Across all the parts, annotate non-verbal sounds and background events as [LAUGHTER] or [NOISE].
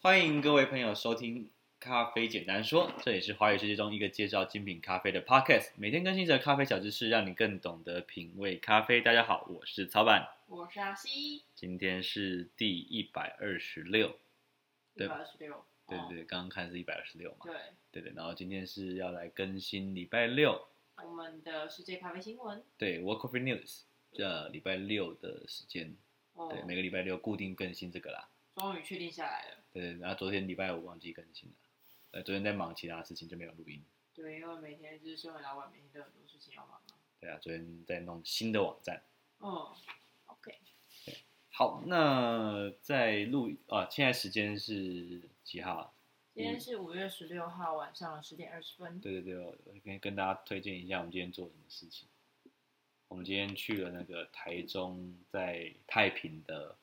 欢迎各位朋友收听《咖啡简单说》，这里是华语世界中一个介绍精品咖啡的 podcast，每天更新着咖啡小知识，让你更懂得品味咖啡。大家好，我是曹板，我是阿西，今天是第一百二十六，对一百二十六，对对哦对，刚刚看是一百二十六嘛，对对对，然后今天是要来更新礼拜六，我们的世界咖啡新闻，对 w o r k o f e News，这礼拜六的时间，哦，对，每个礼拜六固定更新这个啦，终于确定下来了，对，然后昨天礼拜五忘记更新了，呃，昨天在忙其他事情就没有录音。对，因为每天就是身为老板，每天都有很多事情要忙啊，对啊，昨天在弄新的网站。嗯，OK，好，那在录啊，现在时间是几号啊？今天是五月十六号晚上十点二十分，对对对，我我跟跟大家推荐一下我们今天做什么事情。我们今天去了那个台中在太平的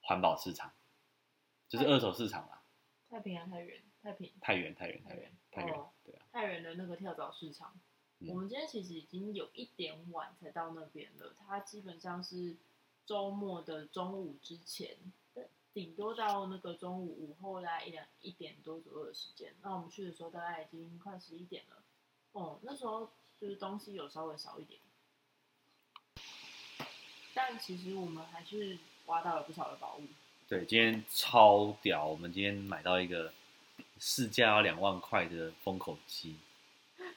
环保市场，就是二手市场啦，太平洋太原，太平太原太原太原太原哦，对啊，太原的那个跳蚤市场，嗯我们今天其实已经有一点晚才到那边了，它基本上是周末的中午之前，顶多到那个中午午后啦一两一点多左右的时间。那我们去的时候大概已经快十一点了，哦，那时候就是东西有稍微少一点，但其实我们还是挖到了不少的宝物。对，今天超屌，我们今天买到一个市价要两万块的封口机，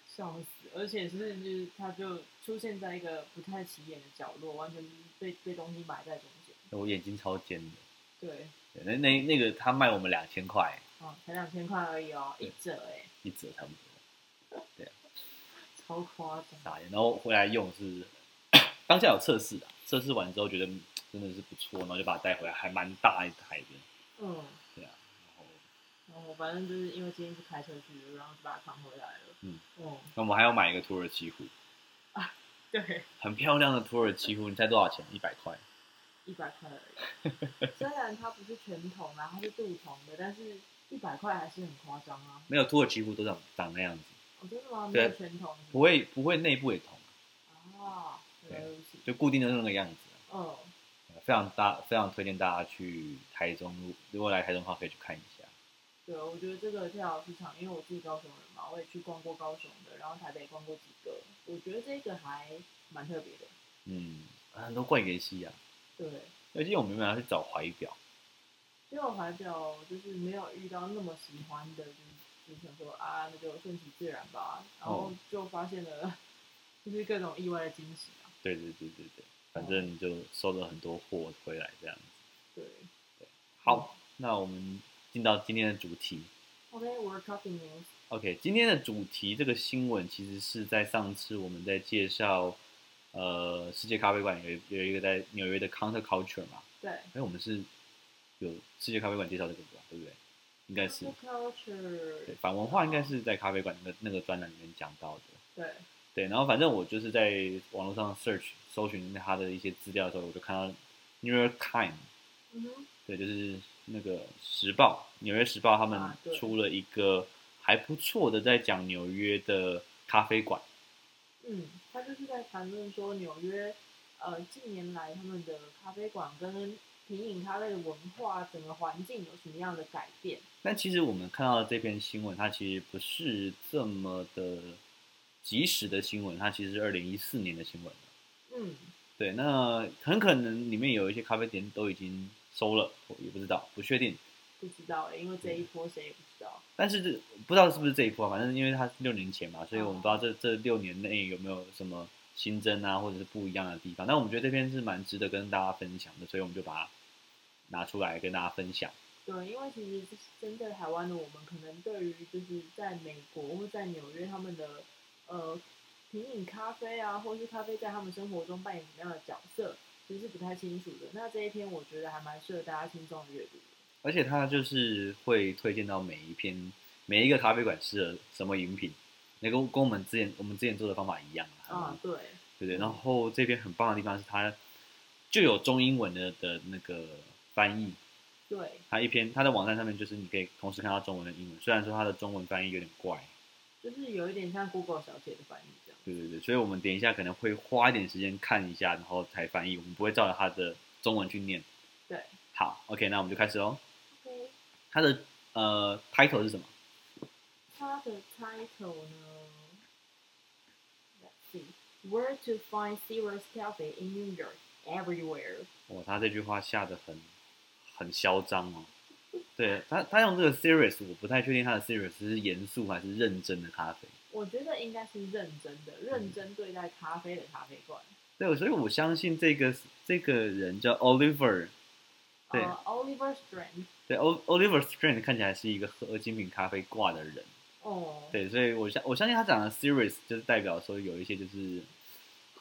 笑死！而且是就是它就出现在一个不太起眼的角落，完全就是被被东西埋在中间。我眼睛超尖的。对，对那那那个他卖我们两千块哦，才两千块而已哦，一折哎、一折，差不多超夸张。打印，然后回来用是当下有测试啊，测试完之后觉得嗯真的是不错，然后就把它带回来，还蛮大一台的。嗯，然后，然后反正就是因为今天是开车去的，然后就把它扛回来了。嗯，哦，那我们还要买一个土耳其壶，对，很漂亮的土耳其壶，你猜多少钱？一百块。一百块 [LAUGHS] 而已。虽然它不是全桶啊，它是镀铜的，但是一百块还是很夸张啊。没有土耳其壶都长长那样子，我真的吗？没对有全桶不会不会内部也同，啊，原来如此。就固定的那个样子啊、嗯，非常大，非常推荐大家去台中，如如果来台中的话可以去看一下。对，我觉得这个跳蚤市场，因为我自己高雄人嘛，我也去逛过高雄的，然后台北也逛过几个，我觉得这个还蛮特别的。嗯，很多怪给西啊，对，而且我们原来去找怀表。因为我怀表就是没有遇到那么喜欢的，就是就想说啊，那就顺其自然吧，然后就发现了就是各种意外的惊喜啊。对对对对对，反正就收了很多货回来这样子。对，好，那我们进到今天的主题。 ，OK，we're、talking news。 OK，今天的主题这个新闻其实是在上次我们在介绍，呃，世界咖啡馆有一有一个在纽约的 Counter Culture 嘛，对哎，我们是有世界咖啡馆介绍这个吧，对不对？应该是 Counter，culture，对，反文化应该是在咖啡馆那个那个专栏里面讲到的。对，对，然后反正我就是在网络上 search 搜寻他的一些资料的时候，我就看到 New York Times 嗯哼，对，就是那个《时报》，《纽约时报》他们啊对出了一个还不错的，在讲纽约的咖啡馆。嗯，他就是在谈论说纽约，呃，近年来他们的咖啡馆跟品饮咖啡的文化，整个环境有什么样的改变？但其实我们看到的这篇新闻，它其实不是这么的及时的新闻，它其实是二零一四年的新闻了嗯，对，那很可能里面有一些咖啡店都已经收了，我也不知道，不确定。不知道、欸，因为这一波谁也不知道。但是这不知道是不是这一波啊，反正因为它是六年前嘛，所以我们不知道这这六年内有没有什么新增啊，或者是不一样的地方。那我们觉得这篇是蛮值得跟大家分享的，所以我们就把它拿出来跟大家分享。对，因为其实就是针对台湾的我们，可能对于就是在美国或在纽约他们的呃品饮咖啡啊，或是咖啡在他们生活中扮演什么样的角色，其实是不太清楚的。那这一篇我觉得还蛮适合大家轻松的阅读的。而且它就是会推荐到每一篇每一个咖啡馆适合什么饮品，那个跟我们之前我们之前做的方法一样啊啊，，对，对不对？然后这边很棒的地方是它就有中英文的的那个翻译，对，它一篇它的网站上面就是你可以同时看到中文跟英文，虽然说它的中文翻译有点怪，就是有一点像 Google 小姐的翻译这样。对对对，所以我们等一下可能会花一点时间看一下，然后才翻译，我们不会照着它的中文去念。对，好，OK，那我们就开始喽。哦 OK，它的呃 title 是什么？它的 title 呢？Let's see, where to find Sears Cafe in New York? Everywhere. 哇，他这句话下的很很嚣张哦。对他，他用这个 serious，我不太确定他的 serious 是严肃还是认真的咖啡。我觉得应该是认真的，认真对待咖啡的咖啡馆。对，所以我相信这个这个人叫 Oliver，对呃、，Oliver Strange。对 O Oliver Strange 看起来是一个喝精品咖啡挂的人。哦，对，所以我相我相信他讲的 serious 就是代表说有一些就是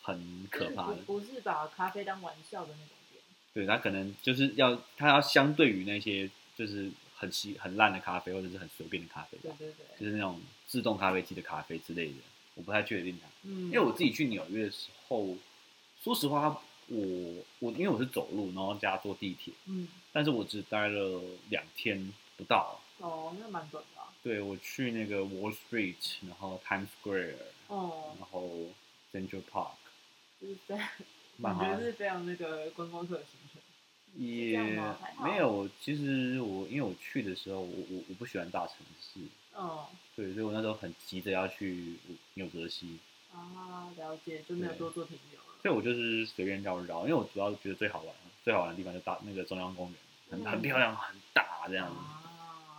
很可怕的，不不是把咖啡当玩笑的那种店。对他可能就是要他要相对于那些就是很稀很烂的咖啡或者是很随便的咖啡对吧，对对，就是那种自动咖啡机的咖啡之类的，我不太确定他。嗯，因为我自己去纽约的时候，说实话，我我因为我是走路，然后加坐地铁，嗯，但是我只待了两天不到。哦，那蛮准的啊、对我去那个 Wall Street，然后 Times Square，哦然，后 Central Park，就是非常，曼我哈觉顿得是非常那个观光客的行程。这也样吗还好没有。其实我因为我去的时候，我我我不喜欢大城市，哦，对，所以我那时候很急着要去纽泽西，啊，了解，就没有对多做停留了。所以我就是随便绕一绕，因为我主要觉得最好玩，最好玩的地方就大那个中央公园，很很嗯漂亮，很大这样子。嗯啊，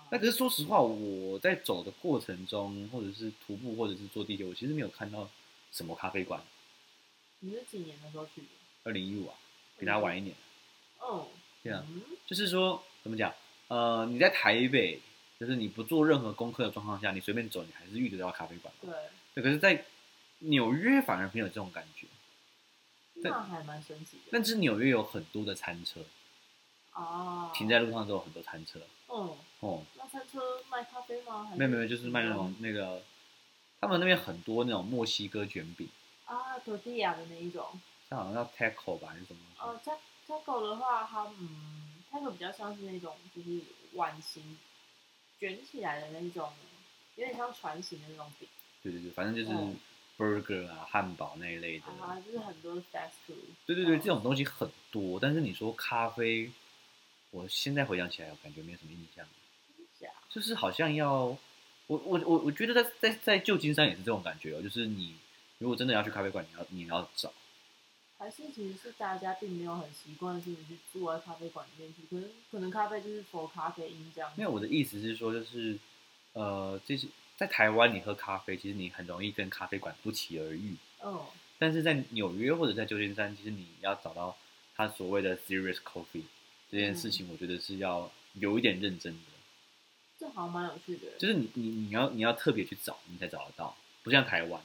那可是说实话，我在走的过程中，或者是徒步，或者是坐地铁，我其实没有看到什么咖啡馆。你是几年的时候去的？二零一五啊，比他晚一点。哦，对啊嗯就是说，怎么讲？呃，你在台北，就是你不做任何功课的状况下，你随便走，你还是遇得到咖啡馆。对，对，可是，在纽约反而没有这种感觉。但那还蛮神奇的。但是纽约有很多的餐车，啊，停在路上都有很多餐车。哦，哦，那餐车卖咖啡吗？还没有没有，就是卖那种那个，他们那边很多那种墨西哥卷饼，啊，tortilla 的那一种。它好像叫 taco 吧，还是什么东西？呃，ta-，taco 的话，它嗯，taco 比较像是那种就是碗形卷起来的那种，有点像船形的那种饼对对对，反正就是嗯 burger 啊、汉堡那一类的。啊，就是很多 fast food。对对对，嗯这种东西很多，但是你说咖啡，我现在回想起来，我感觉没有什么印象，假就是好像要，我我我我觉得在在在旧金山也是这种感觉哦，就是你如果真的要去咖啡馆，你要你要找，还是其实是大家并没有很习惯，就是去坐在咖啡馆里面去，可能可能咖啡就是 for 咖啡因这样。因为我的意思是说，就是呃，这是在台湾你喝咖啡，其实你很容易跟咖啡馆不期而遇，嗯，但是在纽约或者在旧金山，其实你要找到他所谓的 serious coffee 这件事情，我觉得是要有一点认真的，这好像蛮有趣的。就是你你你要你要特别去找，你才找得到，不像台湾。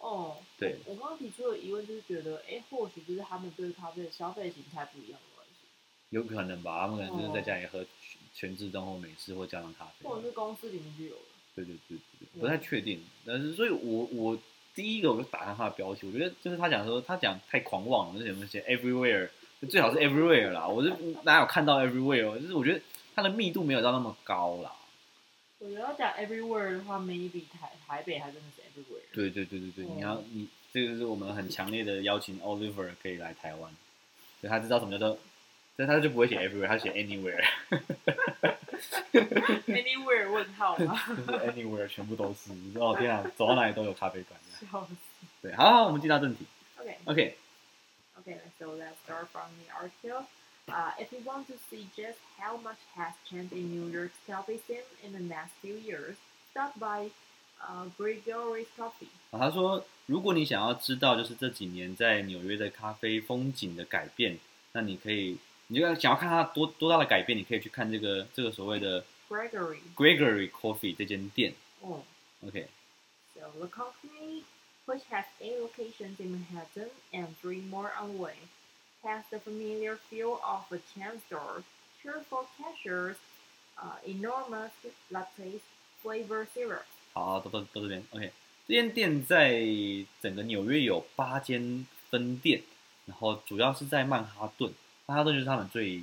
哦，对我，我刚刚提出的疑问就是觉得，哎，或许就是他们对咖啡的消费形态不一样的关系，有可能吧，他们可能就是在家里喝全全自动或美式或加上咖啡，哦或者是公司里面就有了。对对对对，对不太确定。但是，所以我我第一个我就打上他的标题，我觉得就是他讲说他讲太狂妄了，那什么写 everywhere，就最好是 everywhere 啦， [LAUGHS] 我是哪有看到 everywhere，就是我觉得它的密度没有到那么高啦。我觉得要讲 everywhere 的话，maybe 台台北还真的是 [LAUGHS] everywhere。对对对对对，嗯你要你这个是我们很强烈的邀请 Oliver 可以来台湾，对他知道什么叫做，但他就不会写 everywhere，他写 anywhere， [LAUGHS] ，anywhere 问号吗？ [LAUGHS] 就是 anywhere 全部都是，你知道天啊，走到哪里都有咖啡馆。笑死。对，好好，我们进到正题。 Okay. OK， Okay, so let's start from the article. Uh, if you want to see just how much has changed in New York's coffee scene in the next few years, stop by uh, Gregory's Coffee. 好他说，如果你想要知道就是这几年在纽约的咖啡风景的改变，那你可以，你就要想要看它多多大的改变，你可以去看这个这个所谓的 Gregory. Gregory Coffee 这间店。 Oh. OK， So the company, which has eight locations in Manhattan and three more on the way, has the familiar feel of a chain store, cheerful cashiers, uh, enormous lattes, flavor syrup. 好，都都都这边。OK，这间店在整个纽约有八间分店，然后主要是在曼哈顿，曼哈顿就是他们最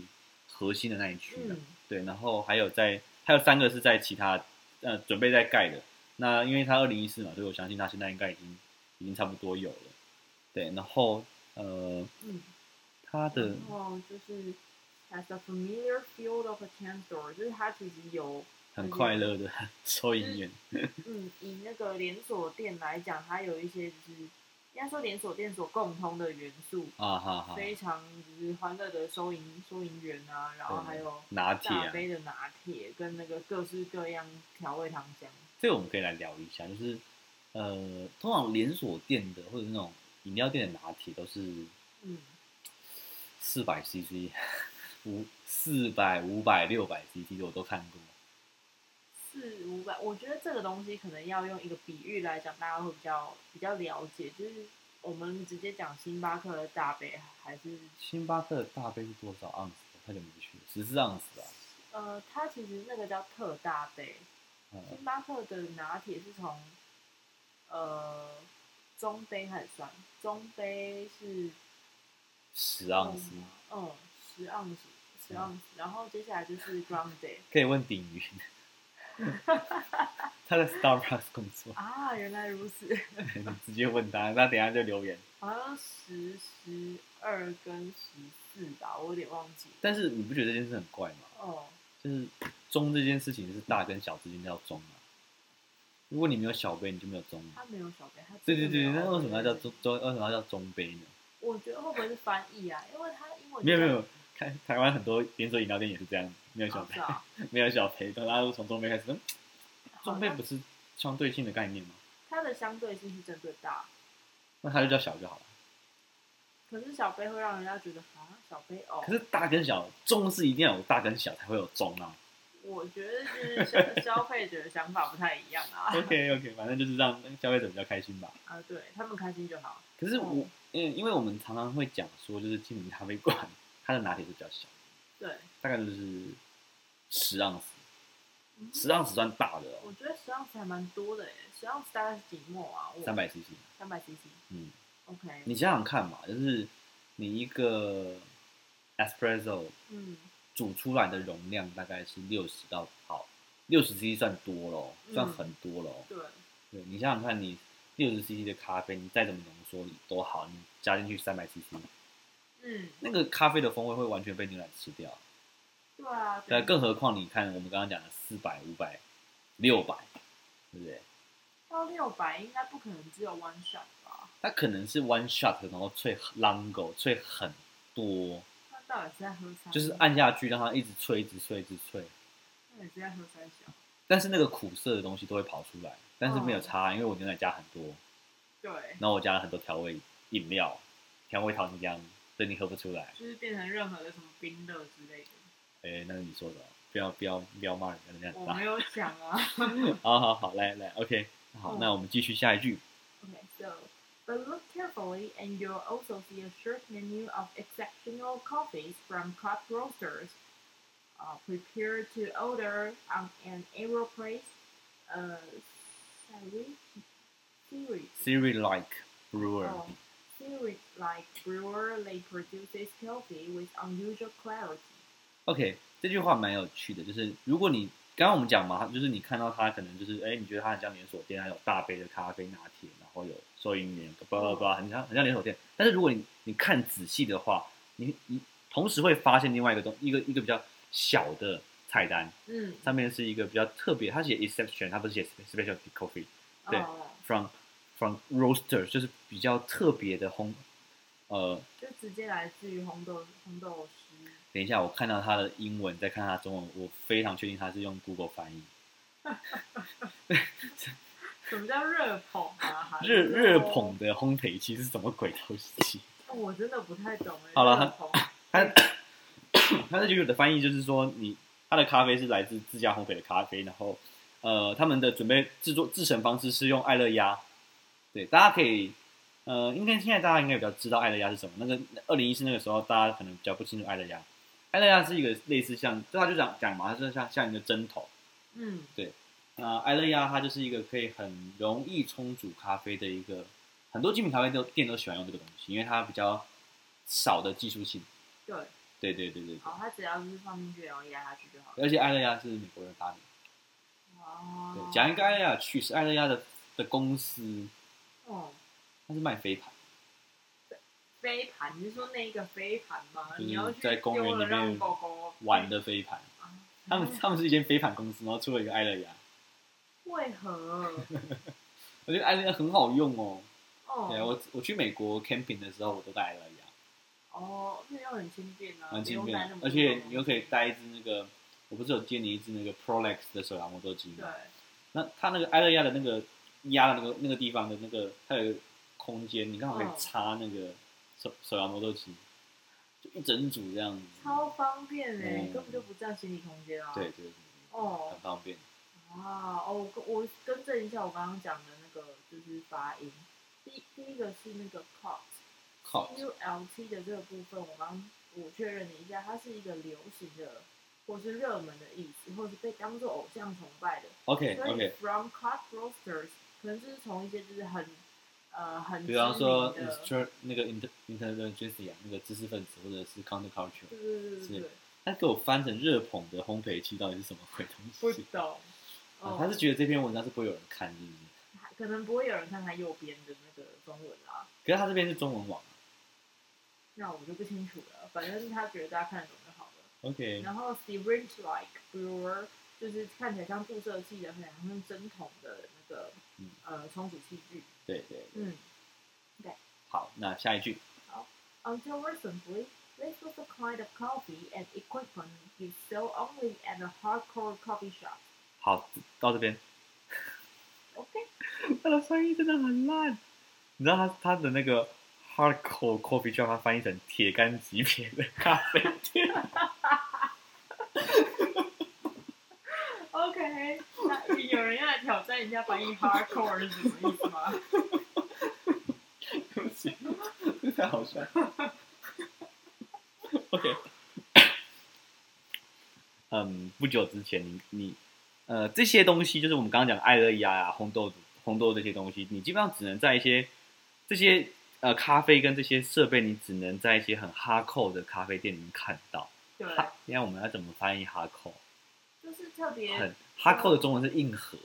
核心的那一区、啊。对，然后还有在还有三个是在其他呃准备在盖的。那因为它二零一四嘛，所以我相信它现在应该已经已经差不多有了。对，然后呃，嗯。它的然后就是 has a familiar field of a chain store，就是它其实有很快乐的 [LAUGHS] 收银员。嗯，以那个连锁店来讲，它有一些就是应该说连锁店所共通的元素，啊哈哈，非常就是欢乐的收银收银员啊，然后还有拿铁大啊，杯的拿铁跟那个各式各样调味糖浆。这个我们可以来聊一下，就是呃，通常连锁店的或者是那种饮料店的拿铁都是嗯，四百 CC、五四百、五百、六百 CC 我都看过。四五百，我觉得这个东西可能要用一个比喻来讲，大家会比较比较了解。就是我们直接讲星巴克的大杯，还是星巴克的大杯是多少盎司？太久没去了，十四盎司啊。呃，它其实那个叫特大杯。嗯，星巴克的拿铁是从呃中杯开始算，中杯是十盎司。嗯，十盎司，十盎司，然后接下来就是 grande 可以问鼎云， [LAUGHS] 他在 Starbucks 工作， [LAUGHS] 啊，原来如此，你直接问他，他等一下就留言。好像十、十二跟十四吧，我有点忘记了。但是你不觉得这件事很怪吗？哦，就是中这件事情是大跟小之间要中嘛。如果你没有小杯，你就没有中嘛。它没有小杯，它对对真对，的没那有为什么要叫中？中？为什么要叫中杯呢？我觉得会不会是翻译啊？因为它英文没有没就有，看台湾很多连锁饮料店也是这样，没有叫小哦杯是，啊 [LAUGHS] 没有小杯，大家都从中杯开始。嗯中杯好不是相对性的概念吗？它的相对性是针对大，那它就叫小就好了。可是小杯会让人家觉得啊，小杯哦。可是大跟小，中是一定要有大跟小才会有中啊。我觉得就是消 [LAUGHS] 消费者的想法不太一样啊 OK OK，反正就是让消费者比较开心吧。啊，对他们开心就好。可是我嗯，嗯，因为我们常常会讲说，就是精品咖啡馆 [LAUGHS] 它的拿铁是比较小，对，大概就是十盎司，嗯十盎司算大的哦我，觉得十盎司还蛮多的耶，十盎司大概是几墨啊？我三百 CC。三百 CC。嗯， OK，你想想看嘛，就是你一个 espresso 嗯煮出来的容量大概是六十到好六十 CC 算多咯，嗯算很多哦咯。对，对你想想看，你六十 CC 的咖啡，你再怎么浓缩都好，你加进去三百 CC。嗯，那个咖啡的风味会完全被牛奶吃掉。对啊，对，更何况你看我们刚刚讲的四百、五百、六百，对不对？到六百应该不可能只有 one shot 吧？它可能是 one shot，然后萃 longo 萃很多，那到底是在喝三？就是按下去让它一直萃、一直萃、一直萃，到底是在喝三小？但是那个苦涩的东西都会跑出来，但是没有差，啊因为我牛奶加很多，对，然后我加了很多调味饮料、调味糖浆，所以你喝不出来。就是变成任何的什么冰乐 [LAUGHS] 之类的，哎，那是你说的，不要不要不要骂人，人家很我大没。有讲啊。 [LAUGHS] 好好好，来来，OK，好，嗯那我们继续下一句。 Okay, so, but look carefully and you'll also see a short menu of exceptional coffees from top roasters, uh, prepared to order on an AeroPress uh, series, series, Siri like brewer，、 oh, series like brewer they produces coffee with unusual clarity. OK，这句话蛮有趣的，就是如果你刚刚我们讲嘛，就是你看到它可能就是，哎，你觉得它很像连锁店，它有大杯的咖啡拿铁，然后有收银员，叭叭叭，很像很像连锁店。但是如果你你看仔细的话，你你同时会发现另外一个东一个一个比较小的菜单，嗯，上面是一个比较特别，它写 exception，它不是写 specialty coffee 对。哦 from from roaster，就是比较特别的烘，呃，就直接来自于红豆红豆师，等一下，我看到他的英文，再看他中文，我非常确定他是用 Google 翻译。什么叫热捧啊？热热还是说捧的烘焙机是什么鬼东西？我真的不太懂哎。好了热捧他 [COUGHS] 他这句的翻译就是说，你他的咖啡是来自自家烘焙的咖啡，然后呃，他们的准备制作制成方式是用爱乐压。对，大家可以呃，应该现在大家应该比较知道爱乐压是什么。那个二零一四那个时候，大家可能比较不清楚爱乐压。爱乐压是一个类似像，就他就讲讲嘛，它就像像一个针头，嗯。那艾乐亚它就是一个可以很容易冲煮咖啡的一个，很多精品咖啡都店都喜欢用这个东西，因为它比较少的技术性。对，对对对对对，哦，它只要是放进去，然后压下去就好了。而且艾乐亚是美国人发明。哦，对，讲一个艾乐亚的趣事，艾乐亚的的公司哦，它是卖飞盘，飞盘，你是说那一个飞盘吗？就是你要去在公园里面丢了让狗狗玩的飞盘，啊他们他们是一间非凡公司，然后出了一个爱乐雅，为何？我觉得爱乐雅很好用哦。对哦我我去美国 camping 的时候，我都带爱乐雅，哦，那又很轻便啊，蛮不轻用便带那的么，多而且东你又可以西带一支那个，我不是有借你一支那个 Prolex 的手摇磨豆机对吗？那它那个埃勒亚的那个压的那个那个地方的那个，它有一个空间，你刚好可以哦插那个手、手摇磨豆机，就一整组这样子。超方便哎、嗯根本就不占行李空间啊。对，对对，对哦很，方便。啊，哦，我跟我更正一下我刚刚讲的那个就是发音，第第一个是那个 cult，C 靠， U L T 的这个部分，我刚我确认了一下，它是一个流行的或是热门的意思，或是被当做偶像崇拜的。 OK 所以 OK， from cult roasters 可能就是从一些就是很呃很比方说知名的 inter 那个 inter intelligentsia 那个知识分子或者是 counterculture，对对对对对，他给我翻成热捧的烘焙器到底是什么鬼不东西？懂。啊哦，他是觉得这篇文章是不会有人看，是不是？可能不会有人看他右边的那个中文啦，可是他这边是中文网啊那我就不清楚了。反正他觉得大家看得懂就好了。 ，OK，然后 syringe like brewer 就是看起来像注射器的，很像针筒的那个嗯呃冲煮器具。对对，嗯好，那下一句， ，until recently. This was the kind of coffee and equipment you sell only at a hardcore coffee shop. 好，到这边。 [LAUGHS] OK，他的翻译真的很烂。你知道他他的那个 hardcore coffee shop，他翻译成铁杆级别的咖啡店。 OK，那 [LAUGHS] 有人要来挑战人家翻译 hardcore 是什么意思 [LAUGHS] 吗？对不起，这太好笑。OK，嗯，不久之前你你呃这些东西，就是我们刚刚讲的爱乐压啊、烘豆烘豆这些东西，你基本上只能在一些这些呃咖啡跟这些设备，你只能在一些很哈扣的咖啡店里面看到。对，哈，现在我们要怎么翻译哈扣？就是特别很哈扣的中文是硬核，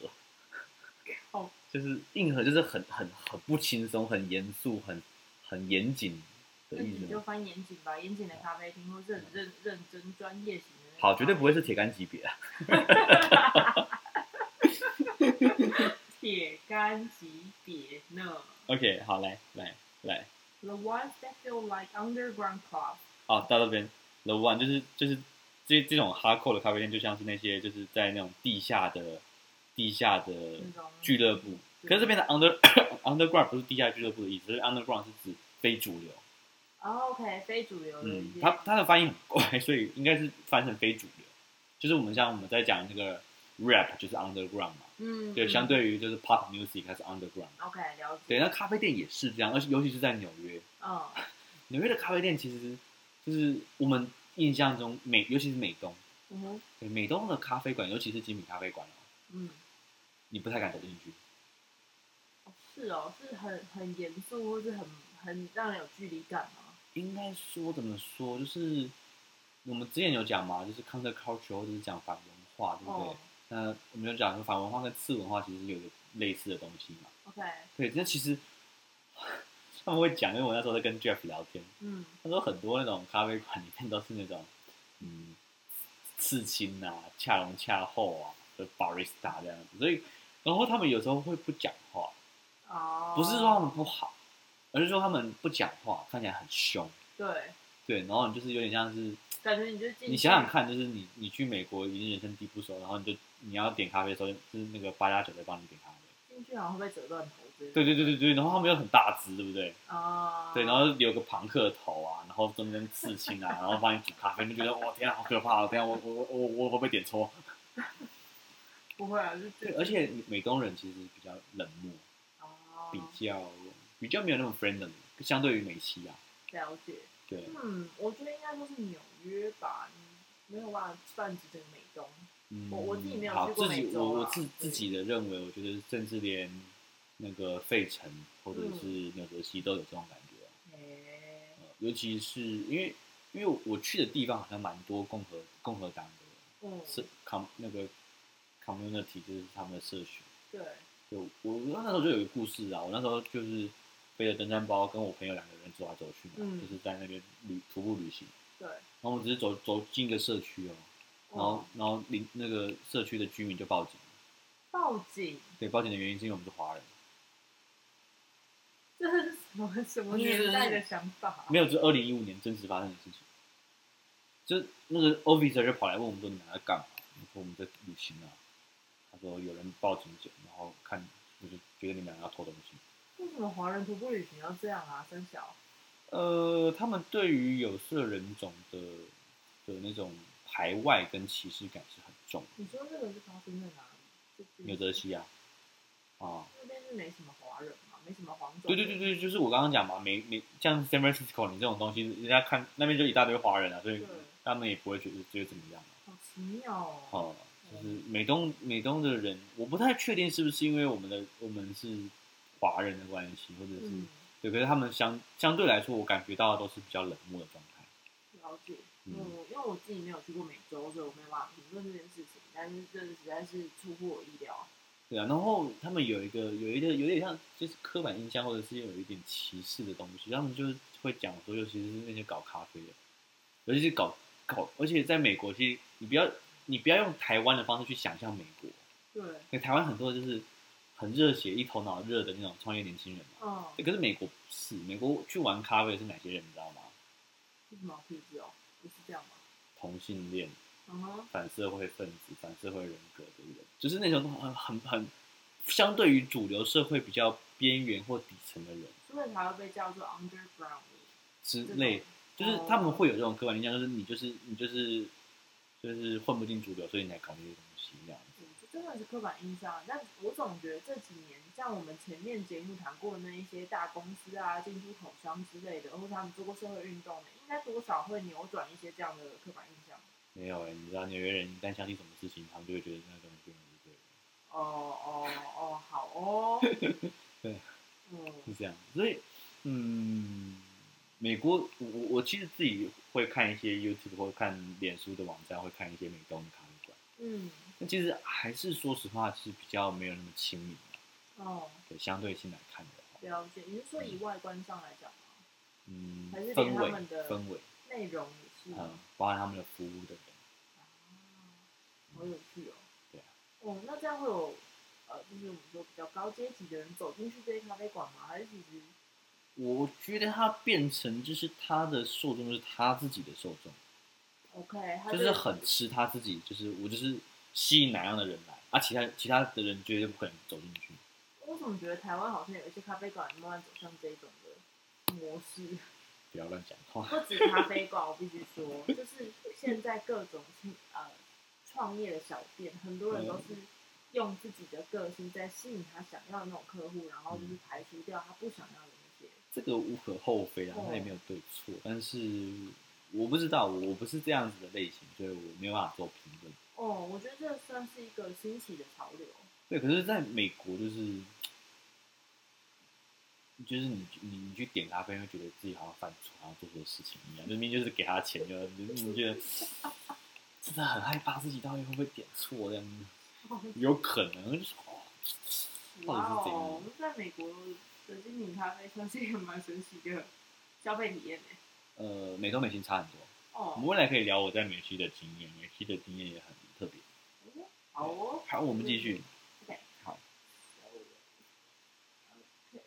哦就是硬核，就是很很很不轻松、很严肃、很很严谨的那意你思就吗。翻严谨吧，严谨的咖啡厅，或是很认认真专业型的那种。好，绝对不会是铁杆级别啊。铁杆级别呢。 OK，好，来来来， The ones that feel like underground club，好，到这边 The One 就是就是这这种哈扣的咖啡店，就像是那些就是在那种地下的地下的那种俱乐部。对可是这边的 under [COUGHS] underground 不是地下俱乐部的意思，就是 underground 是指非主流。哦，OK，非主流的 Oh, 一嗯，些，它它的翻译很怪，所以应该是翻成非主流。就是我们像我们在讲那个 rap，就是 underground 嘛，嗯，对，嗯相对于就是 pop music 它是 underground。 OK 了解，对，那咖啡店也是这样，而且尤其是在纽约，嗯，纽约的咖啡店其实就是我们印象中美，尤其是美东，嗯哼对，美东的咖啡馆，尤其是精品咖啡馆哦，嗯，你不太敢走进去。哦是哦，是很很严肃，或是很很让人有距离感吗？应该说怎么说，就是我们之前有讲嘛，就是 counterculture 或者是讲反文化，对不对？哦那我们就讲说反文化跟次文化其实有一个类似的东西嘛。 ，OK，对，那其实 [LAUGHS] 他们会讲，因为我那时候在跟 Jeff 聊天，嗯，他说很多那种咖啡馆里面都是那种嗯刺青啊、恰龙恰后啊的 barista 这样子，所以然后他们有时候会不讲话，哦，不是说他们不好，而是说他们不讲话，看起来很凶。对，对，然后你就是有点像是，感觉你就进去，你想想看，就是你你去美国已经人生地不熟，然后你就你要点咖啡的时候，就是那个八加九在帮你点咖啡。进去好像会被折断头之类的，对对对对对，然后他们又很大只，对不对？啊，对，然后留个庞克头啊，然后中间刺青啊， [LAUGHS] 然后帮你煮咖啡，你就觉得哇天啊，好可怕！等一下我我我我我会不会点错？不会啊，是对，而且美东人其实比较冷漠，哦，比较比较没有那种 friendly，相对于美西啊，了解。对，嗯，我觉得应该说是纽约吧，你没有办法泛指整个美东。嗯，我我自己没有好，去过自己美我洲啊我自对自己的认为，我觉得甚至连那个费城或者是嗯纽泽西都有这种感觉啊、诶、呃尤其是因为因为我去的地方好像蛮多共和共和党的。嗯，是 com 那个 community 就是他们的社群。对，就我我那时候就有一个故事啊，我那时候就是背着登山包，跟我朋友两个人走来走去嘛，嗯就是在那边旅徒步旅行。对，然后我们只是走走进一个社区哦，然后然后邻那个社区的居民就报警，报警，对，报警的原因是因为我们是华人，这是什么什么年代的想法？啊没有，就是二零一五年真实发生的事情，就那个 officer 就跑来问我们说你们在干嘛？我说我们在旅行啊，他说有人报警警，然后看我就觉得你们俩要偷东西，为什么华人徒步旅行要这样啊？真小，呃，他们对于有色人种的的那种排外跟歧视感是很重的。你说这个是发生在哪里？就是纽泽西啊，啊，那边是没什么华人嘛，没什么黄种。对对对，对，就是我刚刚讲嘛，美美像 San Francisco 你这种东西，人家看那边就一大堆华人啊，所以对，他们也不会觉得觉得怎么样啊好奇妙哦。哦、就是美东美东的人，我不太确定是不是因为我们的我们是华人的关系，或者是、嗯，对，可是他们相相对来说，我感觉到的都是比较冷漠的状态。了解。嗯嗯，因为我自己没有去过美洲，所以我没有办法评论这件事情。但是这实在是出乎我意料。对啊，然后他们有一个有一个有点像就是刻板印象，或者是有一点歧视的东西，他们就是会讲说，尤其是那些搞咖啡的，尤其是搞搞，而且在美国，其实你不要你不要用台湾的方式去想象美国，对，因为台湾很多就是很热血、一头脑热的那种创业年轻人嘛。嗯，对可是美国不是，美国去玩咖啡的是哪些人，你知道吗？是什么体质哦？不是这样吗？同性恋、嗯哼，反社会分子、反社会人格的人，就是那种很很很相对于主流社会比较边缘或底层的人所以才会被叫做 underground 之这类种，。就是他们会有这种刻板印象，就是你就是你就是就是混不进主流，所以你才搞这些东西那样。嗯这真的是刻板印象，但我总觉得这几年，像我们前面节目谈过的那一些大公司啊、进出口商之类的，或者他们做过社会运动的，应该多少会扭转一些这样的刻板印象。没有哎、你知道纽约人一旦相信什么事情，他们就会觉得那个东西就是对的，哦哦哦，好 [LAUGHS] 哦。对。嗯，是这样。所以，嗯，美国，我我我其实自己会看一些 YouTube 或看脸书的网站，会看一些美东的咖啡馆。嗯，那其实还是说实话是比较没有那么亲民的，哦，对，相对性来看的话，了解。你是说以外观上来讲吗？嗯，还是氛连他围们的氛围，内容也是。嗯，包含他们的服务的人，啊好有趣哦。对啊。哦，那这样会有呃，就是我们说比较高阶级的人走进去这些咖啡馆吗？还是其实我觉得他变成就是他的受众就是他自己的受众， OK，他就是很吃他自己，就是我就是吸引哪样的人来，啊，其他其他的人绝对不可能走进去，我怎么觉得台湾好像有一些咖啡馆慢慢走向这种的模式？不要乱讲 [LAUGHS] 话，不止咖啡馆，我必须说，就是现在各种新呃创业的小店，很多人都嗯是用自己的个性在吸引他想要的那种客户，然后嗯就是排除掉他不想要的那些。这个无可厚非啊，哦他也没有对错，但是我不知道，我我不是这样子的类型，所以我没有办法做评论。哦，我觉得这算是一个新奇的潮流。对，可是在美国就是，就是你你你去点咖啡，会觉得自己好像犯蠢，然后做错事情一样，就明明就是给他钱，就你觉得真的很害怕自己到底会不会点错这样子，有可能就是哦到哇底是怎哦样，在美国的精品咖啡算是一个蛮神奇的消费体验呢。呃，美东美西差很多。我们哦，未来可以聊我在美西的经验，美西的经验也很特别。好哦。好，我们继续。 OK，好。 Okay.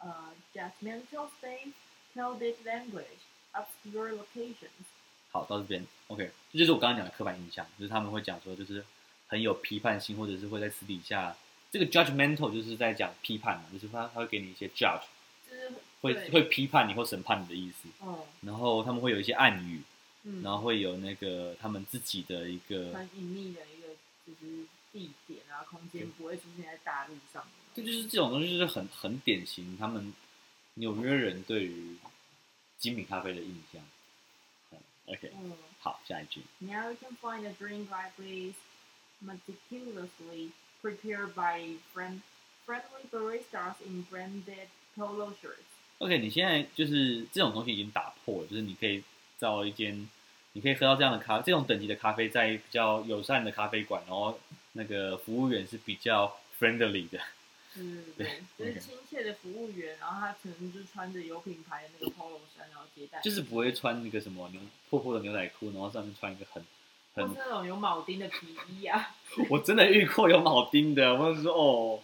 Uh, Jasmine Hill Space, Celtic language, obscure locations. 好，到这边，OK，这就是我刚刚讲的刻板印象，就是他们会讲说，就是很有批判性，或者是会在私底下，这个 judgmental 就是在讲批判嘛，就是他他会给你一些 judge，就是会对会批判你或审判你的意思，哦，然后他们会有一些暗语，uh, 嗯，然后会有那个他们自己的一个，很隐秘的一个就是地点啊，空间不会出现在大陆上的那种。这就是这种东西，就是很很典型，他们纽约人对于精品咖啡的印象。嗯 OK，嗯好，下一句。 ，Now you can find a drink like this meticulously prepared by friend friendly baristas in branded polo shirts. OK，你现在就是这种东西已经打破了，就是你可以到一间，你可以喝到这样的咖，这种等级的咖啡，在比较友善的咖啡馆，然后那个服务员是比较 friendly 的，嗯，对，就是亲切的服务员，然后他可能就穿着有品牌的那个 polo 衫，然后接待，就是不会穿那个什么牛破破的牛仔裤，然后上面穿一个很或很是那种有铆钉的皮衣啊，我真的遇过有铆钉的，我就说哦，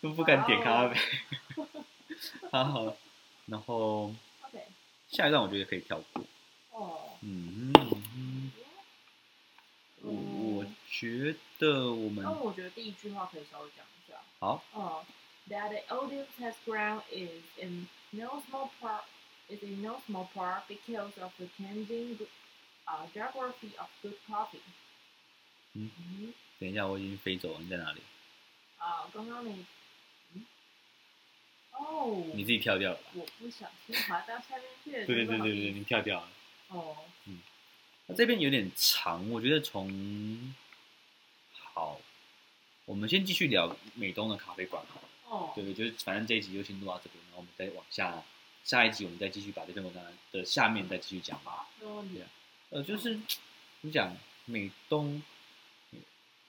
都不敢点咖啡。好好了，然后 OK，下一段我觉得可以跳过。哦，嗯，嗯我嗯我觉得我们那我觉得第一句话可以稍微讲一下。好。哦，That the audience has ground is in no small part is in no small part because of the changing uh, geography of good coffee。Mm-hmm. 嗯嗯等一下我已经飞走了，你在哪里？啊，刚 Uh, 刚你，嗯，哦，你自己跳掉了吧。我不小心滑到下面去了。对对对对真的好对，意思你跳掉了。哦，那这边有点长，我觉得从好，我们先继续聊美东的咖啡馆好了。哦，对对，就是反正这一集就先录到这边，然后我们再往下，下一集我们再继续把这篇文章的下面再继续讲吧。没问题。呃，就是怎么讲，美东，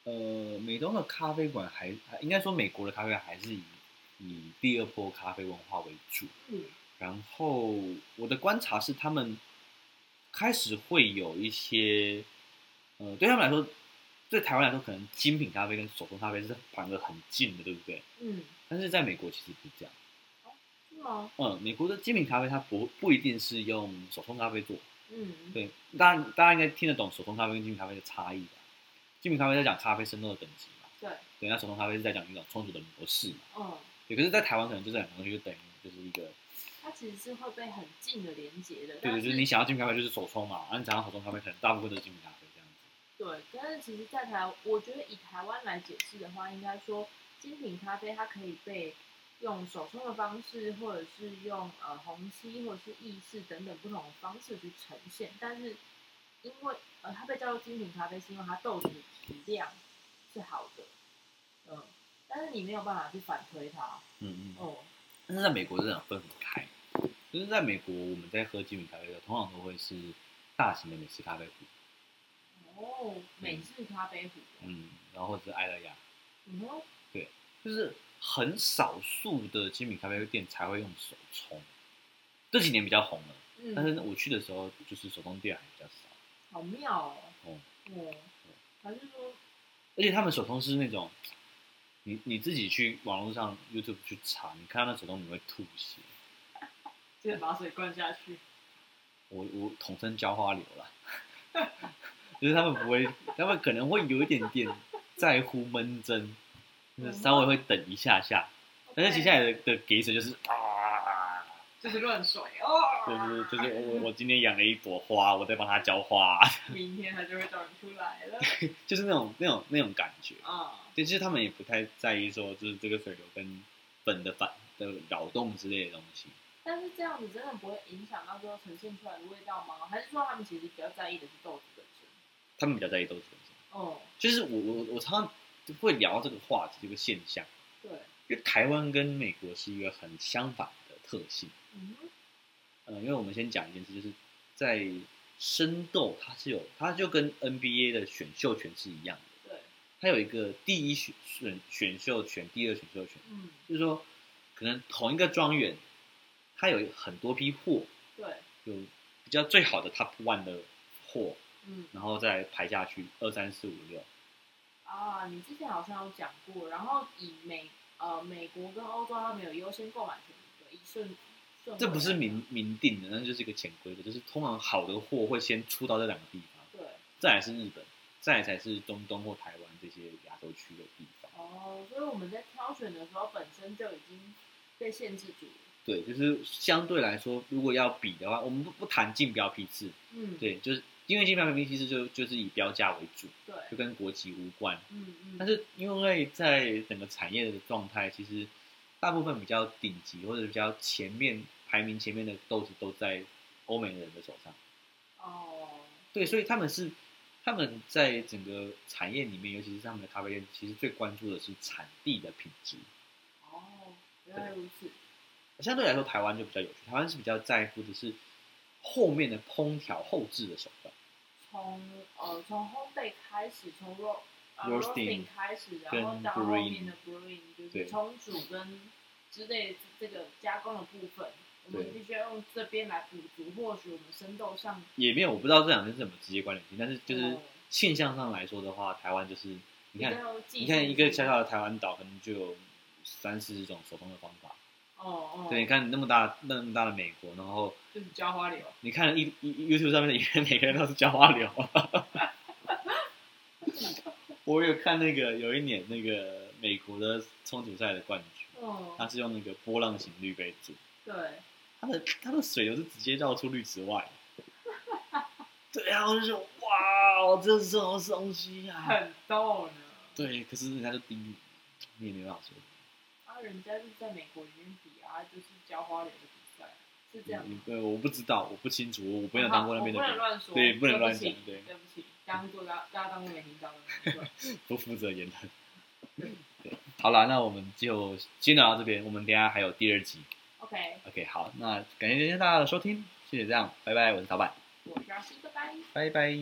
呃，美东的咖啡馆还还应该说美国的咖啡馆还是以以第二波咖啡文化为主。嗯，然后我的观察是，他们开始会有一些，呃，对他们来说，对台湾来说，可能精品咖啡跟手工咖啡是绑得很近的，对不对？嗯，但是在美国其实不是这样。是吗？嗯，美国的精品咖啡它不不一定是用手冲咖啡做，嗯，对，大家大家应该听得懂手冲咖啡跟精品咖啡的差异吧？精品咖啡在讲咖啡生豆的等级嘛，对，对，那手冲咖啡是在讲一种冲煮的模式嘛，嗯，对。可是，在台湾可能就是很多东西就等于就是一个它其实是会被很近的连接的，对但对，就是你想要精品咖啡就是手冲嘛，啊，你想要手冲咖啡可能大部分都是精品咖啡这样子。对，但是其实，在台，我觉得以台湾来解释的话，应该说精品咖啡它可以被用手冲的方式，或者是用呃虹吸或者是意式等等不同的方式去呈现。但是因为呃它被叫做精品咖啡，是因为它豆子的质量是好的，嗯，但是你没有办法去反推它，嗯嗯。哦，但是在美国这样分很开，就是在美国我们在喝精品咖啡的时候，通常都会是大型的美式咖啡壶，哦，美式咖啡壶，嗯，然后或者是爱乐雅，嗯哼，就是很少数的精品咖啡店才会用手冲。这几年比较红了，但嗯，是我去的时候就是手工店还比较少，好妙哦，哦哦，还是说，而且他们手冲是那种，你你自己去网络上 YouTube 去查，你看到那手冲你会吐血。直接把水灌下去。我我统称浇花流啦， [LAUGHS] 就是他们不会，他们可能会有一点点在乎闷蒸，就是稍微会等一下下，但是接下来的的给水就是啊，就是乱水哦， [LAUGHS] 就是就是我我我今天养了一朵花，我在帮它浇花， [LAUGHS] 明天他就会长出来了就是那种那种那种感觉。啊，对，其实他们也不太在意说就是这个水流跟粉的反的扰动之类的东西。但是这样子真的不会影响到最后呈现出来的味道吗？还是说他们其实比较在意的是豆子本身？他们比较在意豆子本身。哦，就是我我我常常会聊这个话题这个现象，对，因为台湾跟美国是一个很相反的特性。嗯嗯，因为我们先讲一件事，就是在生豆它是有，它就跟 NBA 的选秀权是一样的，对，它有一个第一选选选秀权，第二选秀权，嗯，就是说可能同一个庄园，它有很多批货，对，有比较最好的 Top One 的货，嗯然后再排下去二三四五六。啊，你之前好像有讲过，然后以美呃美国跟欧洲他们有优先购买权，对，一顺顺位这不是来明明定的，那就是一个潜规则，就是通常好的货会先出到这两个地方，讲对。再来是日本，再来才是中东或台湾这些亚洲区的地方。哦，所以我们在挑选的时候本身就已经被限制住了。对，就是相对来说，如果要比的话，我们不不谈竞标批次，嗯，对，就是因为竞标批次就就是以标价为主，就对，跟国籍无关。嗯嗯。但是因为在整个产业的状态，其实大部分比较顶级或者比较前面排名前面的豆子都在欧美人的手上。哦，对，所以他们是他们在整个产业里面，尤其是他们的咖啡店，其实最关注的是产地的品质。哦，原来如此。相对来说，台湾就比较有趣，台湾是比较在乎的是后面的烹调后置的手段。从呃从烘焙开始，从 ro 呃 Roasting roasting 开始，跟然后到后 brewing 面的 brewing 就对是冲煮跟之类的这个加工的部分，我对们必须要用这边来补足，或许我们生豆上也没有，我不知道这两件是怎么直接关联性，但是就是哦现象上来说的话，台湾就是你看，比较技术你看一个小小的台湾岛，可能就有三四十种手工的方法。哦哦，对，你，看那么大那么大的美国，然后就是浇花柳，你看一一 YouTube 上面的影片，每个人都是浇花 [LAUGHS] 柳。我有看那个有一年那个美国的冲煮赛的冠军，他哦，是用那个波浪形滤杯煮，对，它的它的水都是直接绕出滤纸外。对啊，我就说哇，哦这是什么东西啊？ [LAUGHS] 很逗呢。对，可是人家就第一，你也没办法说，啊，人家是在美国里面比啊，就是浇花柳的比赛，是这样吗你。对，我不知道，我不清楚，我没有当过那边的我不人能，乱说，对不能乱起讲对对不起，当做大大家当做没听到的那种，不负责言论。对，好啦，那我们就先聊到这边，我们等一下还有第二集。 OK， OK，好，那感谢今天大家的收听，谢谢这样，拜拜，我是老板，我是阿西，拜拜。拜拜。